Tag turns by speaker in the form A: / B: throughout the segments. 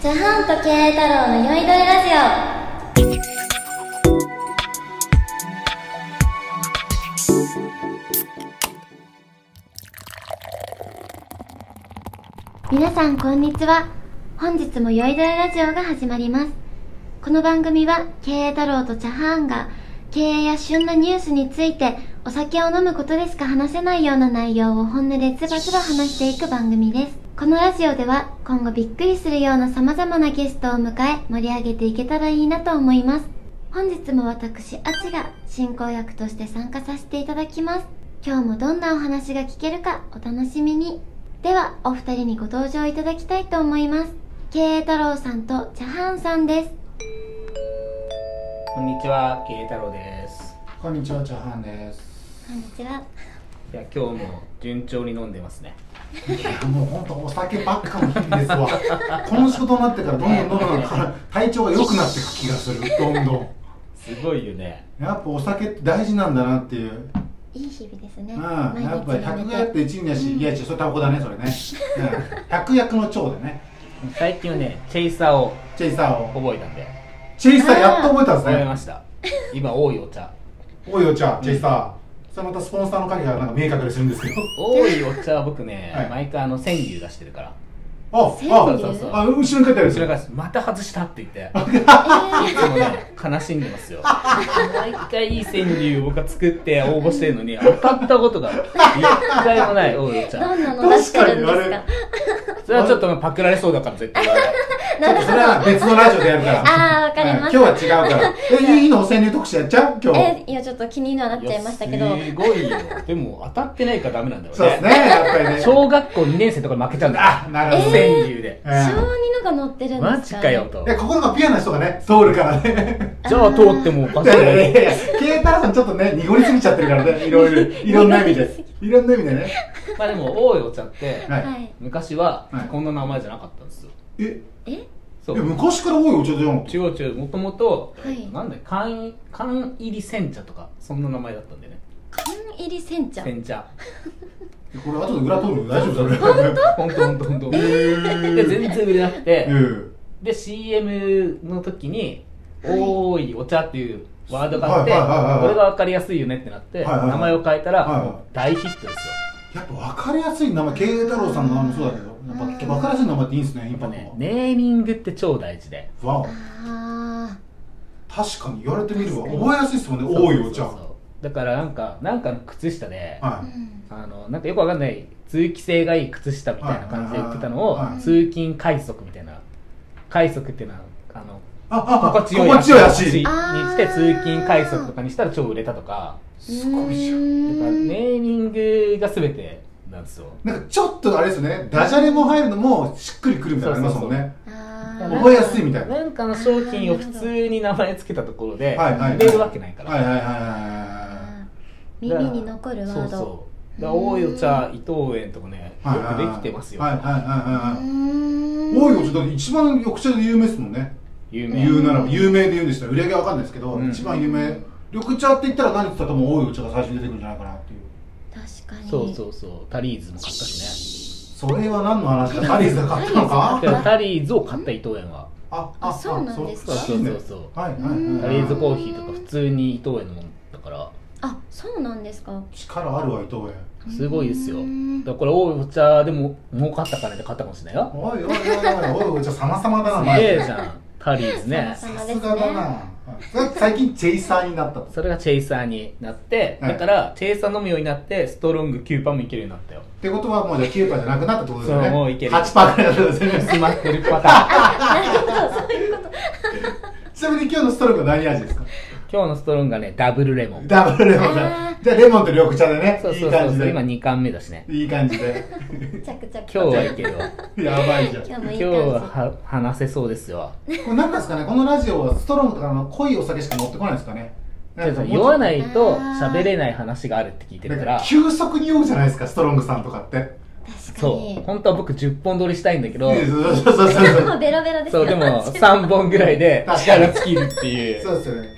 A: ジャハンと慶太郎のよいどいラジオ皆さんこんにちは本日もよいどいラジオが始まりますこの番組は慶太郎と茶飯が経営や旬なニュースについてお酒を飲むことでしか話せないような内容を本音でズバズバ話していく番組ですこのラジオでは今後びっくりするような様々なゲストを迎え盛り上げていけたらいいなと思います本日も私あちが進行役として参加させていただきます今日もどんなお話が聞けるかお楽しみにではお二人にご登場いただきたいと思います慶太郎さんと茶飯さんです
B: こんにちは、慶太郎です。
C: こんにちは、チャーハンです。
A: こんにちはい
B: や、今日も順調に飲んでますね。
C: いや、もう本当お酒ばっかの日々ですわ。 この仕事になってから、どんどんどんどんから体調が良くなっていく気がする。どんどん。
B: すごいよね。
C: やっぱお酒って大事なんだなっていう。
A: いい日々ですね
C: うん、やっぱり百
A: 毎日
C: 薬
A: やめ
C: って
A: て
C: 一味だし、いや、違う、それタバコだね、それ ね。うん百薬の長だね。
B: 最近はね、チェイサーを
C: チェイサーを。
B: 覚えたんで、
C: チェイサーやっと覚えたん
B: 覚え
C: で
B: ます
C: ね。
B: した。今、多いお茶。
C: おいお茶、チェイサー。それまたスポンサーの影がなんか見え隠れするんですけど。
B: 多いお 茶は僕ね、
C: はい
B: 毎回あの、川柳出してるから。
C: あ、
A: 川
B: 柳
C: あ、あ、後ろに書いてあるんで
B: 後
C: す
B: ろか。
C: よ
B: ら、また外したって言って、いつもね、悲しんでますよ。毎回いい川柳を僕は作って応募してるのに、当たったことが一回もない、多いお
A: えーど
B: 茶。
A: んなの出してるんです
C: 確かに
A: か
C: あ
B: それはちょっとパクられそうだから、絶対言わない。
C: ちょっとそれは別のラジオでやるか
A: あ
C: ら。
A: ーわかりました
C: はい今日は違う から。え、いいの川柳特集やっちゃう今日。
A: えいやちょっと気にはなっちゃいましたけ
B: い
A: ど
B: やすごいよでも当たってないからダメなんだよね
C: そうですね、やっぱりね。
B: 小学校2年生とかで負けちゃうんだ
C: あ、なるほど。
B: 川
C: え
A: え
B: 柳で、
A: 小
C: ー
A: 二のが乗ってるんですか、ね、
B: マジかよと
C: で、ここのピュアな人がね、通るからね。
B: じゃあ通ってもおか
C: い
B: しく
C: やい
B: な
C: や
B: い
C: いやいや、ケイタラさんちょっとね、濁りすぎちゃってるからね、いろいろ、いろんな意味
A: 濁りす
C: で。いろんな意味でね。
B: まあでも大井お茶って
C: はい。
A: はい
B: 昔は
C: はい
B: こんな名前じゃなかったんですよ
C: え、
A: え
B: そ
C: いうや昔から多いお茶じゃん。
B: 違う違うもともと
A: はい
B: なんだっけ缶缶入り煎茶とかそんな名前だったんだよね
A: 缶入り煎茶
B: 煎茶
C: これ後で裏通るの大丈夫だ
B: ほんとほんとほんと
C: ね。え
B: で全然売れなくて
C: うん。
B: で CM の時に「おーいお茶」っていうワードがあって
C: はいはいはいはいはい
B: これが分かりやすいよねってなって
C: はいはいはい
B: 名前を変えたら
C: はいはい
B: もう大ヒットですよ
C: やっぱ分かりやすい名前、ケイタロウさんの名前もそうだけど、やっぱ分かりやすい名前っていいんですね、
B: やっ
C: 今
B: ぱ
C: の
B: ね
C: は。
B: ネーミングって超大事で
C: わお。
A: あ
C: 確かに言われてみれば覚えやすいですもんね、多いお茶。
B: そうそうそうだからなんかなんかの靴下で
A: あ、う
C: は
A: ん、
B: あのなんかよくわかんない通気性がいい靴下みたいな感じで売ってたのを
C: はいはいはいはい
B: 通勤快速みたいな快速っていうのはあの
C: あ、
B: 心
C: あ、あ
B: 地よい
C: 心地よい足。
B: にして通勤快速とかにしたら超売れたとか
C: すごいじゃん。
B: だから
A: ん
B: ネーミングが全てなんですよ
C: なんかちょっとあれですよね、ダジャレも入るのもしっくりくるみたいなのありますもんね。
A: あー
C: 覚えやすいみたいな。
B: なんかの商品を普通に名前つけたところで
C: はいはいはい
B: 売れるわけないから、
C: はいはいはい
A: あ
C: は
A: ー耳に残るワード
B: そうそうだから大井お茶伊藤園とかね
C: いは
B: よ
C: い。はい
B: くできてますよ、
C: はいはいはいう
A: ー
C: はい。
A: ん
C: 多いお茶、だって一番緑茶で有名ですもんね。
B: 有名
C: 言うならば、有名で言うんでしたら売り上げわかんないですけど、
B: うん
C: 一番有名。緑茶って言ったら何って言ったら多分多いお茶が最初に出てくるんじゃないかなっていう。
A: 確かに
B: そうそうそうタリーズも買ったしね
C: それは何の話だタリーズが買ったのか
B: でもタリーズを買った伊藤園は
C: あ、
A: あそうなんですか
C: そ
B: そうう
C: ね
B: そうそう
C: はいはい
A: うん
B: タ
C: は
B: リ
C: い
B: ーズコーヒーとか普通に伊藤園のもんだから
A: あそうなんですか
C: 力あるわ、伊藤園。
B: すごいですよ
A: う
B: だ
A: ーん
B: からこれ大井お茶でも儲かった金で買ったかもしれないよ
C: おいおいおいおい、おいお茶様々だな、
B: す
C: マジ
B: げ
C: で
B: えじゃんタリーズ ね
A: そう
C: さすがだな。最近チェイサーになったと。
B: それがチェイサーになって、
C: はい
B: だからチェイサー飲むようになってストロングキューパーもいけるようになったよ
C: ってことはもうじゃあ9パーじゃなくなったってことですよね。
B: そうもういける
C: 8パーぐらいだったんですね。
B: 決まってるパターン
C: ちなみに今日のストロークは何味ですか
B: 今日のストロングがねダブルレモン
C: ダブルレモン
A: あ
C: だ。じゃあレモンと緑茶でね。
B: そう
C: い
B: そ
C: いう
B: そう
C: 感じ
B: 今
C: で。
B: 2巻目だしね
C: いい感じで。
A: 着々
B: 今日はいけるわ
C: やばいじゃ
A: 今
C: ん。
A: 日も
B: 今
A: いい
B: 日
A: 感じ
B: はは話せそうですよ
C: これ何なんですかねこのラジオはストロングとかの濃いお酒しか乗ってこないんですかね。
B: ちょっと酔わないいと喋れない話があるって聞いて
C: な
B: る
C: ん
B: か
C: から急速に酔うじゃないですか、ストロングさんとかって。
A: 確か
B: そ
A: に
B: う本当は僕10本撮りしたいんだけど
C: そうそうそうそう。
A: もうベロベロです
B: そうでも3本ぐらいで
C: 確かに
B: 力尽きるってい
C: そう
B: う
C: ですよね。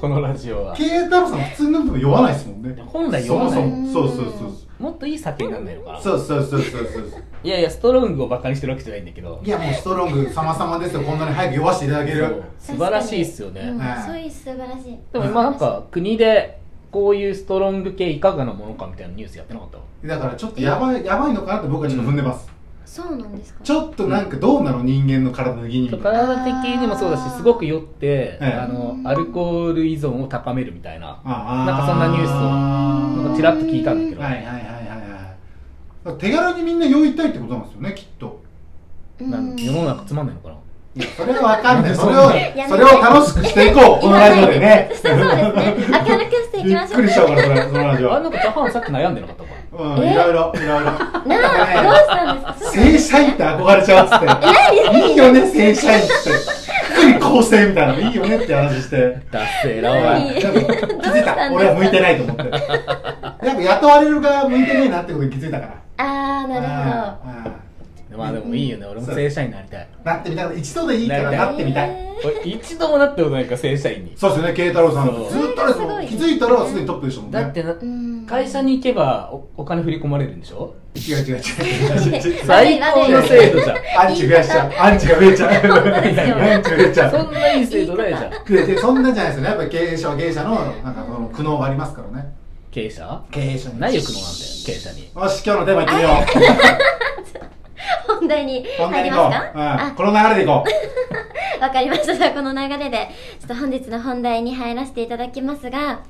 B: このラジオは
C: 経営太郎さん普通に飲んでも酔わないですもんね。
B: 本来酔わない
C: そもそもそうそうそうそう
B: もっといい酒になんないのかな
C: そうそうそうそうそう
B: いやいやストロングをバカにしてるわけじゃないんだけど
C: いやもうストロング様々ですよこんなに早く酔わせていただけ
B: そう
C: る
B: 素晴らしいっすよね、
A: うん
C: ね
A: そういう素晴らしい
B: でも今なんか国でこういうストロング系いかがなものかみたいなニュースやってなかった
C: だからちょっとやばいやばいのかなって僕はちょっと踏んでます、
A: そうなんですか
C: ちょっとなんかどうなの人間の体の気にみたいな
B: 体的にもそうだしすごく酔って、
C: ええ
B: あのアルコール依存を高めるみたいな
C: あー
B: なんかそんなニュースを
C: あー
B: なんかちらっと聞いたんだけど、
C: はいはいはいはいはいだから手軽にみんな酔いたいってことなんですよねきっと
B: なん世の中つまんないのかない
C: やそれはわかんないそれ
B: や
C: を
A: めて
C: それを楽しくしていこうこのラジオでね
A: そうですね明るくしていき
C: び
A: ま
C: っ
A: しょう
C: くりしちゃうからそれそのラジ
B: あ
C: オ
B: なんかジャパンさっき悩んでなかったか
C: うん
A: え
C: いろいろいろいろ
A: なあどうしたんですかそう
C: 正社員って憧れちゃうっつっていいよね正社員って福利厚生みたいなのいいよねって話して
B: ダッセーなお
C: はい
A: 何
C: 気づいた俺は向いてないと思ってやっぱ雇われる側向いてないなってことに気づいたから
A: ああ なる
C: るほ
B: まあでもいいよね俺も正社員になりたい
C: どなってみたい一度でいいから
B: なり
A: ほど
B: た
C: なってみたい
A: え
B: 俺一度もなったことないから正社員に
C: そうですよね慶太郎さん
B: そう
C: ずっとあれですもん気づいたらすでにトップでしたもんね
B: だってな
A: ーうん
B: 会社に行けばおお金振り込まれるんでしょ
C: 違う違う違う違う 違う
A: 悪い
B: 最高の制度じゃん
C: アンチ増やしちゃうアンチが増えちゃうアンチ増えちゃ
B: そん
C: う
B: ないい制度ないじゃん
C: ででそんなんじゃないですよねやっぱり経営者は経営者のなんかその苦悩がありますからね
B: 経営者
C: 経営者に
B: ないよ苦悩なんだよ経営者に
C: よし今日のテーマいってみよう
A: 本題に
C: こんな
A: 入
C: に
A: り
C: いこう、う
A: ま
C: ん
A: すかあ、
C: この流れでいこう
A: わかりました。じゃあこの流れで、ちょっと本日の本題に入らせていただきますが、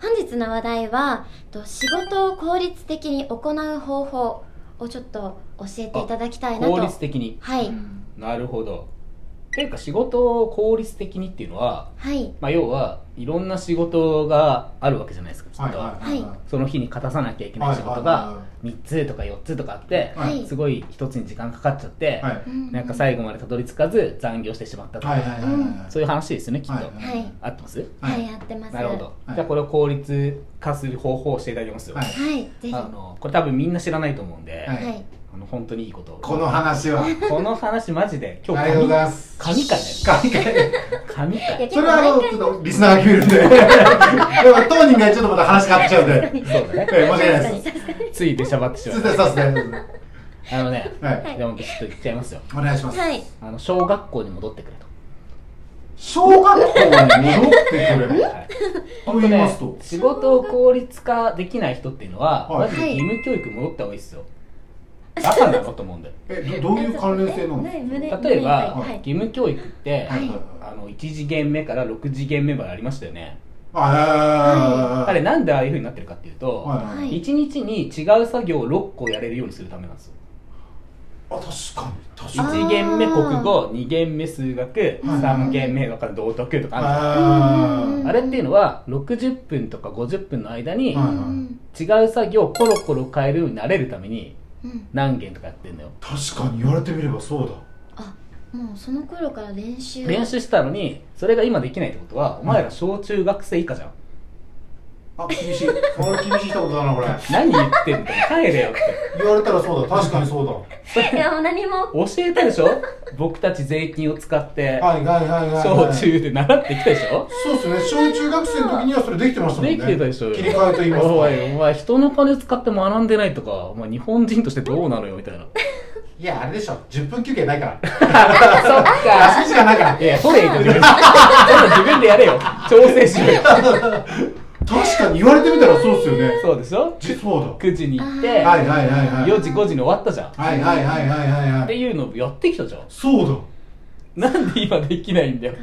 A: 本日の話題は、と仕事を効率的に行う方法をちょっと教えていただきたいな
B: 効
A: と。
B: 率的に
A: はい。
B: なるほどっていうか仕事を効率的にっていうのは、
A: はい。
B: まあ、要はいろんな仕事があるわけじゃないですかきっと、
C: はいはい
A: は
B: その日に勝たさなきゃいけない仕事
C: はいはいは
B: が3つとか4つとかあって、
C: はい
B: すごい1つに時間かかっちゃって、
C: はいはい
A: うん
B: なんか最後までたどり着かず残業してしまったとか、
C: はいはいはいはいはい
B: そういう話ですよねきっと、
C: はい
A: はい。
B: 合ってます
A: は、
C: はいい
A: やってます。
B: なるほど、
C: はい
B: じゃあこれを効率化する方法を教えてあげますよ、
C: はい
A: はい。ぜひ。
B: あ
A: は
B: のこれ多分みんな知らないと思うんで、
C: はい
A: い。
B: あの本当にいいことを
C: この話は
B: この話マジで今
C: あ
B: 日
C: りがとうございます
B: 神回だよ神
C: 神回
A: いや
B: 回
C: それはあのちょっとリスナーが決めるんででも当人がちょっとまた話変わっちゃうんで
B: そうだね
C: ええ申し訳な
A: 確
C: いで
A: かに確かに
B: つい出しゃばってし
C: す
B: ま
C: そううですそうですね
B: あのね
C: はい
A: い
B: でもちょっと言っちゃいますよ
C: お願いします
A: はい。
B: あの小学校に戻ってくれと
C: 小学校に戻ってくる
B: はい
C: と言いますと
B: 仕事を効率化できない人っていうのは、
C: は
B: ま
C: い
B: ず義務教育戻った方がいいですよバカなのと 思うんだよ
C: えどどういう関連性なの
A: え胸
B: 例えば、
A: はい。
B: 義務教育って、
C: はい
B: あの1次元目から6次元目までありましたよね、
C: あ
B: あれ
C: れ
B: なんでああいうふうになってるかっていうと、
C: はい
A: はい
B: 一1日に違う作業を6個やれるようにするためなんですよ
C: あ確かに確かに
B: 1限目国語2限目数学3限目わかんない道徳とかあるじゃん
C: あ
A: うん
B: あれっていうのは60分とか50分の間に
C: はい
A: うん
B: 違う作業をコロコロ変えるようになれるために
A: うん。
B: 何件とかやってんのよ
C: ー確かに言われてみればそうだ
A: あ、もうその頃から練習。
B: 練習したのにそれが今できないってことはお前ら小中学生以下じゃん
C: あ厳しい これ厳しいしたことだなこれ
B: 何言ってんの帰れよって
C: 言われたらそうだ確かにそうだ
A: いや、もう何 も。
B: 教えたでしょ僕たち税金を使って
C: はいはいはいはいはい
B: 小中で習ってきたでしょ
C: そうですね小中学生の時にはそれできてましたもん
B: で
C: ね
B: きてたでしょ
C: 切り替えと言います
B: お
C: か
B: いお前人の金使って学んでないとかお前日本人としてどうなのよみたいな
C: いやあれでしょ10分休憩な いから
B: そっか
C: 休みしかないから
B: いや取れよ自分でそんな自分でやれ よ調整しろよ
C: 確かに言われてみたらそうですよね
B: そうでしょ
C: 実そう
B: 9時に行って
C: だはいはいはいはい
B: 4時5時に終わったじゃんっ
C: はいはいはいはいはいは
B: て
C: い
B: いうのをやってきたじゃん
C: そうだ
B: なんで今できないんだよ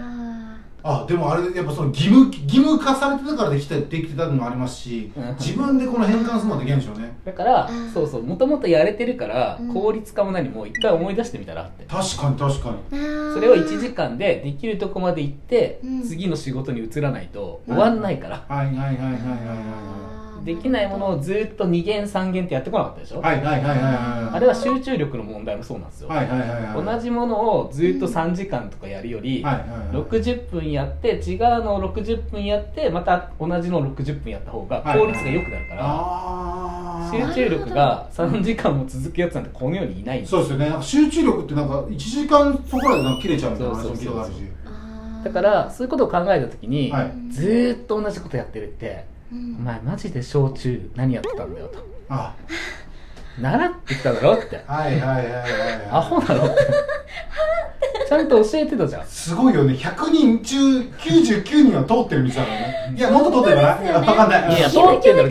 A: あ
C: あでもあれやっぱその義務義務化されてたからできてできてたのもありますし
B: うん
C: 自分でこの変換するのはできないんでしょうね
B: だから
A: うん
B: そうそうもともとやれてるから
A: うん
B: 効率化も何も一回思い出してみたらって
C: 確かに確かに
A: ーあー。
B: それを1時間でできるとこまで行って
A: うん
B: 次の仕事に移らないと終わんないから
C: はいはいはいはいはい
A: あー
B: できないものをずっと2弦3弦ってやってこなかったでしょ
C: はいはいはいはいはい
B: あ
C: は
B: れは集中力の問題もそうなんですよ
C: いはいはいはいはい
B: 同じものをずっと3時間とかやるより
C: はいはいはい
B: 60分やって違うのを60分やってまた同じのを60分やった方が効率が良くなるから
C: ああ
B: 集中力が3時間も続くやつなんてこの世にいないんです
C: そうですよね集中力ってなんか1時間そこらでなんか切れちゃうみたいな話
B: そう
C: も
B: そう
C: 聞い
B: そう
C: たことあるし
A: あー
B: だから、そういうことを考えた時に
C: はい
B: ずーっと同じことやってるって
A: う
B: お
A: ん
B: 前マジで小中何やってたんだよと
C: あ
B: 習ってきただろって
C: はいはいはいはい、はい、
B: アホだろってちゃんと教えてたじゃん
C: すごいよね100人中99人は通ってる道だからねいやもっと通ってるかな、いやわかんない
B: いや
C: う
A: 義
C: ん
A: 務教育だ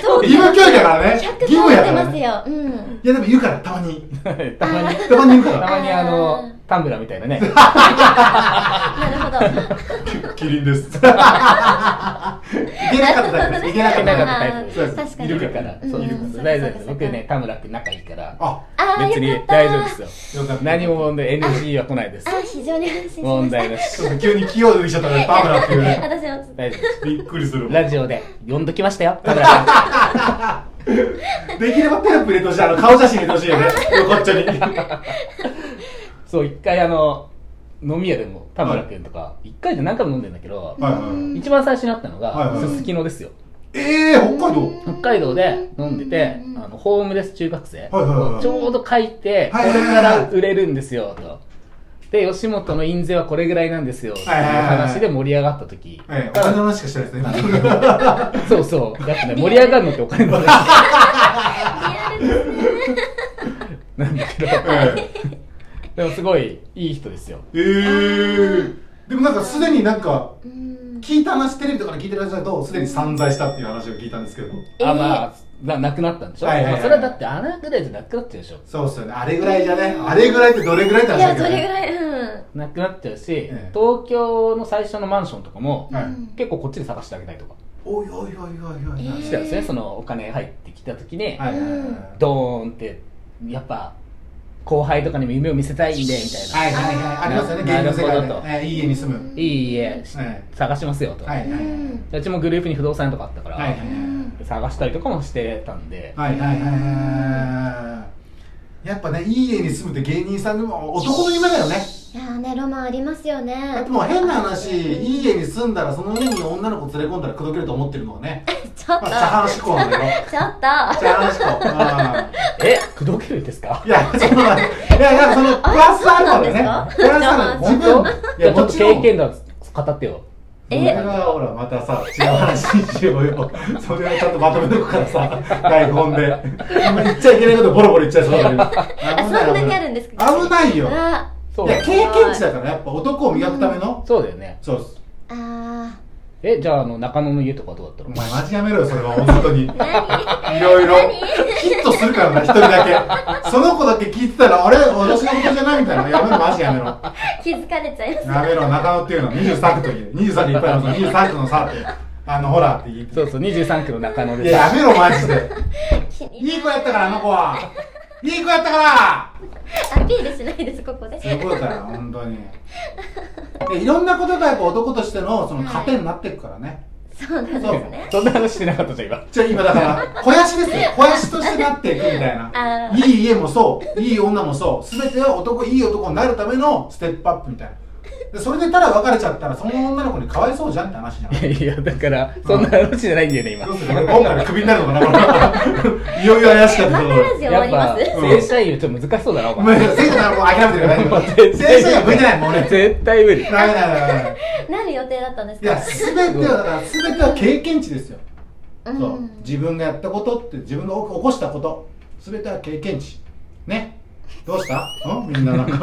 A: から通
C: 義務教育だからね
A: 100
C: 義務やか
A: 通って
C: ら
A: ます
C: ね
A: よ。うん。
C: いやでも言うからたまに
B: たまに
C: たまに言うか
B: た
C: ら
B: まにあのタンブラーみたいなね
A: なるほど。
C: キリンですいけなかったタイプですいけなか
B: か
C: っ
B: けな
C: た
B: かった
C: タイ
B: タイプ
C: そうです
A: 確か
B: い
A: に。
B: るから
A: うん
B: そういる
A: うんそうか
B: 大丈夫
A: そう
B: です
A: か
B: 僕ね田村君仲いいから
C: プあ
A: ああ、
B: 別に
A: よかった
B: 大丈夫ですよ
C: よかった
B: 何も問題 NG は来ないです
A: ああ、非常に安心しました。
B: 問題なし
C: ちょっと急に器用でできちゃったからパブラっていうね
A: 私も
B: 大丈夫です
C: びっくりする
B: ラジオで呼んどきましたよ田村君
C: できればテープ入れてほしいあの顔写真入れてほしいよね横っちょに
B: そう一回あの飲み屋でも田村君とか一回じゃ何回も飲んでんだけど
C: はいはいはい
A: うん
B: 一番最初に会ったの
C: はい
B: が
C: はいはい
B: すすきのですよ
C: ええー、北海道
B: 北海道で飲んでて
A: うん
B: あのホームレス中学生
C: はいはいはい
B: ちょうど書いてこ
C: はいはいはい
B: れから売れるんですよとで吉本の印税はこれぐらいなんですよっていう
C: はいはいはいはい
B: 話で盛り上がった時
C: ええお金の話しかしてないですね今
B: そうそうだってね盛り上がるのってお金の 話なんだけど
C: え
B: でもすごいいい人ですよ
C: えええでもなんかすでになんか
A: うん。
C: 聞いた話テレビとかで聞いてらっしゃるとすでに散財したっていう話を聞いたんですけど
B: あまあななくなったんでしょ、
C: はいはいはい
B: まあそれはだって穴ぐらいじゃなくなっちゃうでしょ
C: そうっすよねあれぐらいじゃねあれぐらいってどれぐらいって
A: い
C: 話だ
A: や、
C: け
A: そ
C: ど、
A: れ
C: ね、
A: ぐらい、うん。
B: なくなっちゃうし、
C: え
B: 東京の最初のマンションとかも、
C: はい
A: うん
B: 結構こっちで探してあげたりとか
C: おいおいおいおいおいおい、
A: え
B: してたんですね、そのお金入ってきた時に、
C: はいはいはい
B: ドーンってやっぱ後輩とかにも夢を見せたいんでみたいな、
C: はいはいはいありますよね芸能世
B: な
C: 界
B: るほど
C: で
B: と、
C: ええいい家に住む
B: い、い家、
C: え
B: 探しますよと、
C: えはいはいはい
B: でうちもグループに不動産屋とかあったから、
C: はいはいはい
B: 探したりとかもしてたんで、
C: はいはいはいはいはいやっぱねいい家に住むって芸人さんでも男の夢だよね
A: いやーね、ロマンありますよ
C: だって
A: ね。
C: もう変な話いい家に住んだらその家に女の子連れ込んだら口説けると思ってるのはね
A: ちょっと、
C: まあ
A: ち
C: 茶飯思考なんだよ
A: ょっと。
C: 茶飯思考うん
B: え口説けるんですか
C: いや、その、いや、なんかその、プラスアルファでね
A: あ。
C: プラスアルファ、
B: 本
C: 自
B: 当
C: 分、
B: いやちょっと経験
C: だ。
B: 談語ってよ
C: それはほら、またさ、違う話にしようよ。それはちゃんとまとめとくからさ、 台本で。今言っちゃいけないことボロボロ言っちゃいそうだから。
A: あ、そんなにあるんですか
C: 危ないよ。
A: あ
B: そ
C: いうや、経験値だから、やっぱ男を磨くための。
B: そうだよね
C: そうです。
A: ーあ
B: えじゃああの中野の家とかどうだった
C: お
B: の
C: 前、マジやめろよ、それは、本当に。
A: ー。 何
C: いろいろ。ヒットするからな、一人だけ。その子だけ聞いてたら、あれ私のことじゃないみたいな。やめろ、マジやめろ。
A: 気づかれちゃいます。
C: やめろ、中野っていうのは23区という。23でいっぱいあるの23区の差って。あの、ほらって言って。
B: そうそう23区の中野
C: い
B: で
C: や、
B: さ
C: やめろ、マジで。
A: 気に
C: いい子やったから、あの子は。いい子やったから
A: アピールしないです、ここで。
C: そういうことだよ、本当に。でいろんなことがやっぱ男としての、その糧になっていくからね。
A: そうなん
C: そう
A: ですね。
B: そんな話してなかったじゃん今
C: じゃあ今だから、肥やしですよ。肥やしとしてなっていくみたいな
A: あ。ー
C: いい家もそう、いい女もそう、すべては男、いい男になるためのステップアップみたいな。でそれでただ別れちゃったら、その女の子にかわいそうじゃんって話じゃん。
B: いやいやだからそんな話じゃないんだよね今
C: どうする俺今回でクビになるのかなこれいよいよ怪しかった
A: ま
C: と
A: た
C: ころ
A: ラジオ終わ
B: やっ
A: ります
B: ぱ正社員ちょっと難しそうだなお
C: お前
B: 前
C: せいさんもう諦めてるから大丈夫
B: 絶対
C: 先生は向いてないもん俺ダ
B: 絶対無理
C: メだダメだ
A: なる予定だったんです
C: いや
A: か
C: 全てはだから全ては経験値ですよ、
A: う。
C: そうん自分がやったことって自分が起こしたこと全ては経験値ねどうしたんみんななんか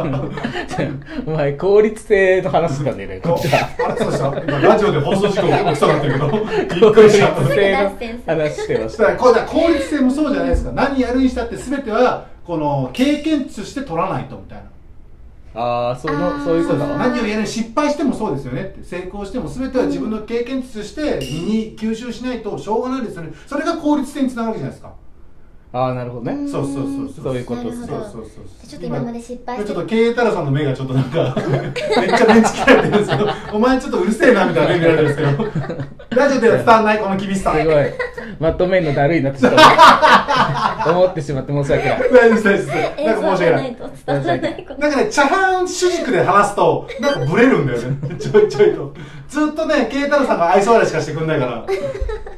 B: お前効率性の話してたんだよねこっちは
C: あれそうでした今ラジオで放送事故が起きそうになってるけどびっ
B: 効
C: くり
B: 率
C: した
B: 性の話してまし
C: そしたたらこうだから効率性もそうじゃないですか何やるにしたって全てはこの経験値として取らないとみたいな
B: ああそ
A: あ
B: の
A: ー
B: そういう
C: そ
B: こ
C: う
B: と
C: そう何をやる失敗してもそうですよねって成功しても全ては自分の経験値として身に吸収しないとしょうがないですよねそれが効率性につながるわけじゃないですか
B: ああなるほどね
C: そうそうそうそう
B: そういうこと
A: なるほど
C: そうそうそうそう
A: ちょっと今まで失敗
C: 今
A: し
C: ち
A: て
C: ょっと経営太郎さんの目がちょっとなんか めっちゃメンチ切られてるんですけどお前ちょっとうるせえなみたいな目見られるんですけどラジオでは伝わんないこの厳しさ
B: すごいまとめんのだるいなってちょっと 思ってしまって申し訳ない
C: 大丈夫です大丈夫です
A: 映
C: なん
A: 像
C: か申
A: じ
C: し訳
A: ゃ
C: な
A: ないいと伝わらないこと。
C: なんかね、茶飯主軸で話すと、なんかブレるんだよね。ちょいちょいと。ずっとね、慶太郎さんが愛想笑いしかしてくんないから、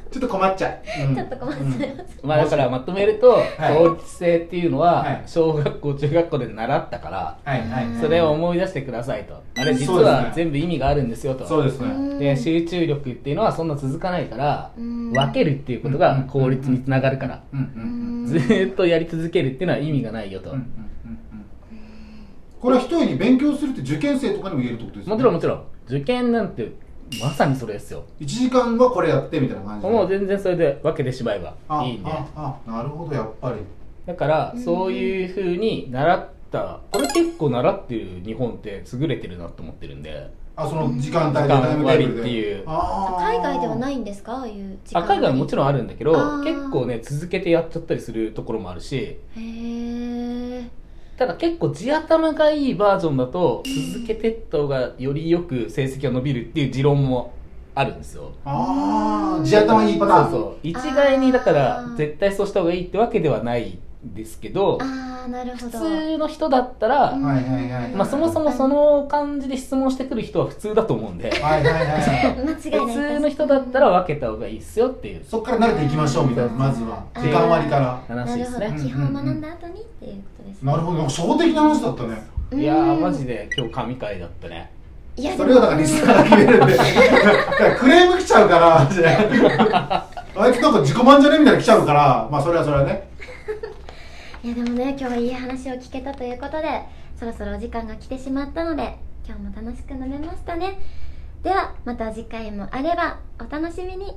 C: ちょっと困っちゃう。うん
A: ちょっと困っちゃいます
B: まあだからまとめると
C: い
B: 効率性っていうの
C: は
B: はい小学校中学校で習ったから
C: はいはい。
B: それを思い出してくださいとあれれ実は全部意味があるんですよと。
C: そうですね。
B: で集中力っていうのはそんな続かないから、
A: うん
B: 分けるっていうことが効率につながるから、
C: うんうんうん
A: うん
B: ずーっとやり続けるっていうのは意味がないよと、
C: うんうんうんこれは一人に勉強するって受験生とかにも言えるってことです
B: も
C: よね
B: ちろんもちろん受験なんてまさにそれですよ、
C: 1時間はこれやってみたいな感じで
B: もう全然それで分けてしまえば
C: あ
B: いいんで
C: ああなるほどやっぱり
B: だから
A: うん
B: そういうふうに習ったこれ結構習ってる日本って優れてるなと思ってるんで
C: あその時間帯で
B: 時間
C: タイムテーブルで
B: 割りっていう
C: あー
A: 海外ではないんですかああいう時間
B: あ海外ももちろんあるんだけど
A: あー
B: 結構ね続けてやっちゃったりするところもあるし
A: へえ
B: ただ結構地頭がいいバージョンだと続けてった方がよりよく成績が伸びるっていう持論もあるんですよ
C: ああ地頭いいパターン
B: そうそう一概にだか
A: あ
B: ら
A: ー
B: 絶対そうした方がいいってわけではないんですけど
A: ああなるほ
B: 普
A: ど
B: 通の人だったら、
A: うん
C: はいはいはい
B: まあ、そもそもその感じで質問してくる人は普通だと思うんで
C: はいはいはい
A: 間違 いない
B: 普通の人だったら分けた方がいいっすよっていう
C: そこから慣れていきましょうみたいなまずは
A: あー
C: 時間割りから
A: なる
B: 話で
A: ほ
B: す
A: ど
B: ね
A: 基本を学んだ後にっていうことですね
C: なるほど初歩的な話だったね
A: うん
B: いやーマジで今日神回だったね
A: いやでも
C: それをだからリスナーが決めるん でだからクレーム来ちゃうからマジであいつなんか自己満じゃねみたいなの来ちゃうからまあそれはそれはね
A: いやでもね今日はいい話を聞けたということでそろそろお時間が来てしまったので今日も楽しく飲めましたねではまた次回もあればお楽しみに